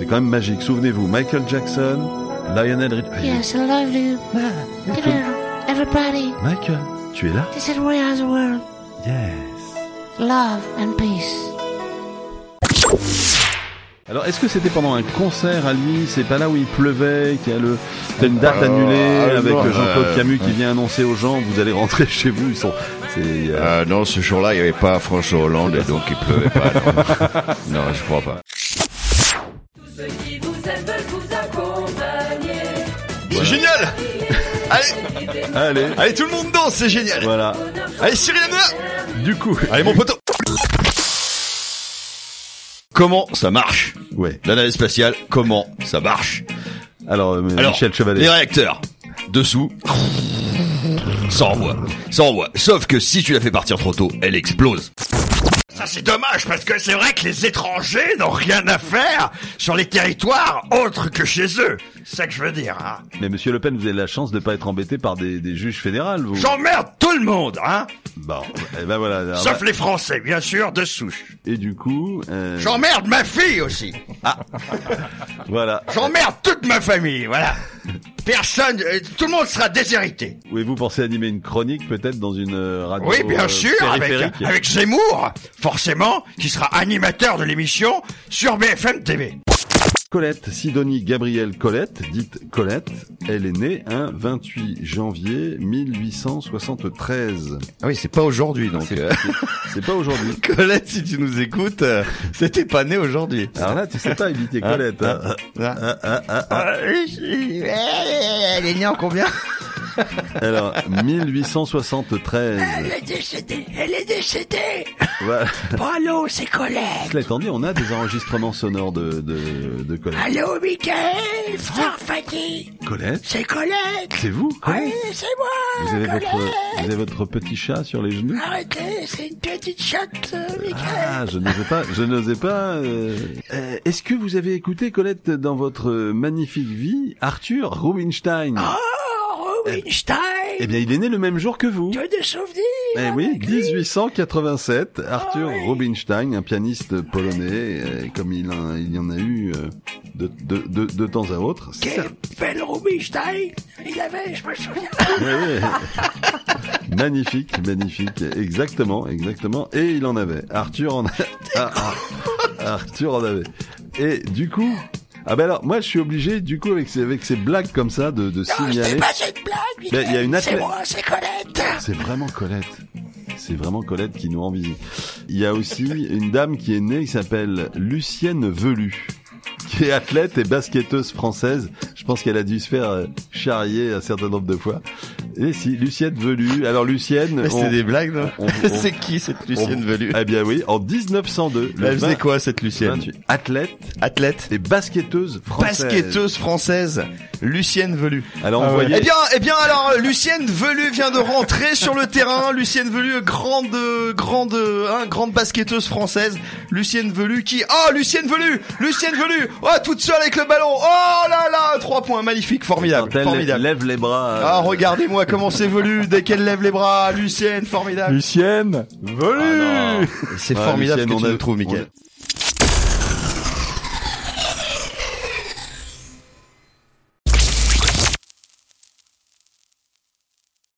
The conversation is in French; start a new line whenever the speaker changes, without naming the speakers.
quand même magique. Souvenez-vous, Michael Jackson, Lionel Richie.
Yes, I love you. Everybody,
Michael, tu es là
this is real as world.
Yes.
Love and peace.
Alors, est-ce que c'était pendant un concert à lui C'est pas là où il pleuvait, qu'il y a le, c'était une date annulée
ah,
avec
non,
Jean-Claude
euh,
Camus qui vient annoncer aux gens, vous allez rentrer chez vous. Ils sont, c'est, euh,
Euh, non, ce jour-là, il n'y avait pas François Hollande et donc il pleuvait pas. Non, non je crois pas.
Ceux qui vous aiment veulent vous accompagner.
C'est génial Allez,
allez,
allez, tout le monde danse, c'est génial
voilà.
Allez, Cyril Hanouna
Du coup,
Allez, mon poteau Comment ça marche
ouais.
La navette spatiale, comment ça marche
Alors, euh,
Alors,
Michel Chevalet.
Les réacteurs, dessous, ça envoie, ça envoie. Sauf que si tu la fais partir trop tôt, elle explose.
Ça c'est dommage parce que c'est vrai que les étrangers n'ont rien à faire sur les territoires autres que chez eux. C'est ça que je veux dire. Hein.
Mais Monsieur Le Pen, vous avez la chance de pas être embêté par des, des juges fédérales, vous.
J'emmerde tout le monde, hein.
Bon, et ben voilà. Alors,
Sauf les Français, bien sûr, de souche.
Et du coup, euh,
J'emmerde ma fille aussi.
voilà.
J'emmerde toute ma famille, voilà. Personne, euh, tout le monde sera déshérité.
Oui, vous pensez animer une chronique peut-être dans une euh, radio
Oui, bien
euh,
sûr, avec,
périphérique
avec Zemmour, forcément, qui sera animateur de l'émission sur BFM TV.
Colette, Sidonie Gabrielle Colette, dite Colette, elle est née un 28 janvier 1873.
Ah oui, c'est pas aujourd'hui donc. euh,
C'est pas aujourd'hui.
Colette, si tu nous écoutes, euh, c'était pas né aujourd'hui.
Alors là, tu sais pas éviter Colette. hein.
Euh,
Elle est née en combien
Alors, 1873.
est décédée, elle est décédée.
Voilà.
Allô, c'est Colette.
Cela étant dit, on a des enregistrements sonores de, de, de Colette.
Allô, Michael, Farfati,
Colette,
c'est Ah, Colette.
c'est vous
Oui, c'est moi.
Vous avez votre,
Colette.
vous avez votre petit chat sur les genoux
Arrêtez, c'est une petite chatte, euh, Michael.
Ah, je n'osais pas, je n'osais pas. euh. Euh, Est-ce que vous avez écouté Colette dans votre magnifique vie, Arthur Rubinstein
Oh, Rubinstein,
Eh bien, il est né le même jour que vous.
que de souvenirs.
Eh oui, 1887, Arthur Rubinstein, un pianiste polonais, euh, comme il, en- il y en a eu euh, de, de, de, de temps à autre.
Quel bel Rubinstein il avait, je me souviens.
Oui, oui. magnifique, magnifique, exactement, exactement. Et il en avait. Arthur en a... Ah, ah. Arthur en avait. Et du coup, ah ben alors moi je suis obligé du coup avec ces, avec ces blagues comme ça de, de
Non,
signaler.
c'était pas cette blague,
Mais
Michael.
il y a une
C'est
athlète-
moi, c'est Colette.
C'est vraiment Colette. C'est vraiment Colette qui nous rend visite. Il y a aussi une dame qui est née qui s'appelle Lucienne Velu, qui est athlète et basketteuse française. Je pense qu'elle a dû se faire euh, charrier un certain nombre de fois. Et si, Lucienne Velu. Alors Lucienne... on-
C'est des blagues, non
on- on-
C'est qui cette Lucienne
on-
Velu
Eh bien oui, en 1902. le
Elle faisait
20
quoi cette Lucienne
28, Athlète
Athlète
et basketteuse française.
Basketteuse française, Lucienne Velu.
Alors on
Ah ouais.
voyait-
Eh bien, eh bien, alors euh, Lucienne Velu vient de rentrer sur le terrain. Lucienne Velu, grande, euh, grande, euh, hein, grande basketteuse française. Lucienne Velu qui, oh Lucienne Velu, Lucienne Velu, oh toute seule avec le ballon. Oh là là, trois points, magnifique, formidable,
Quand elle
formidable.
lève les bras. euh,
Ah regardez-moi comment c'est Velu dès qu'elle lève les bras, Lucienne, formidable.
Lucienne Velu
Ah non, c'est
Ouais,
formidable
Ah, Lucienne,
ce que
on
tu
a-
nous trouves, Mickaël.
on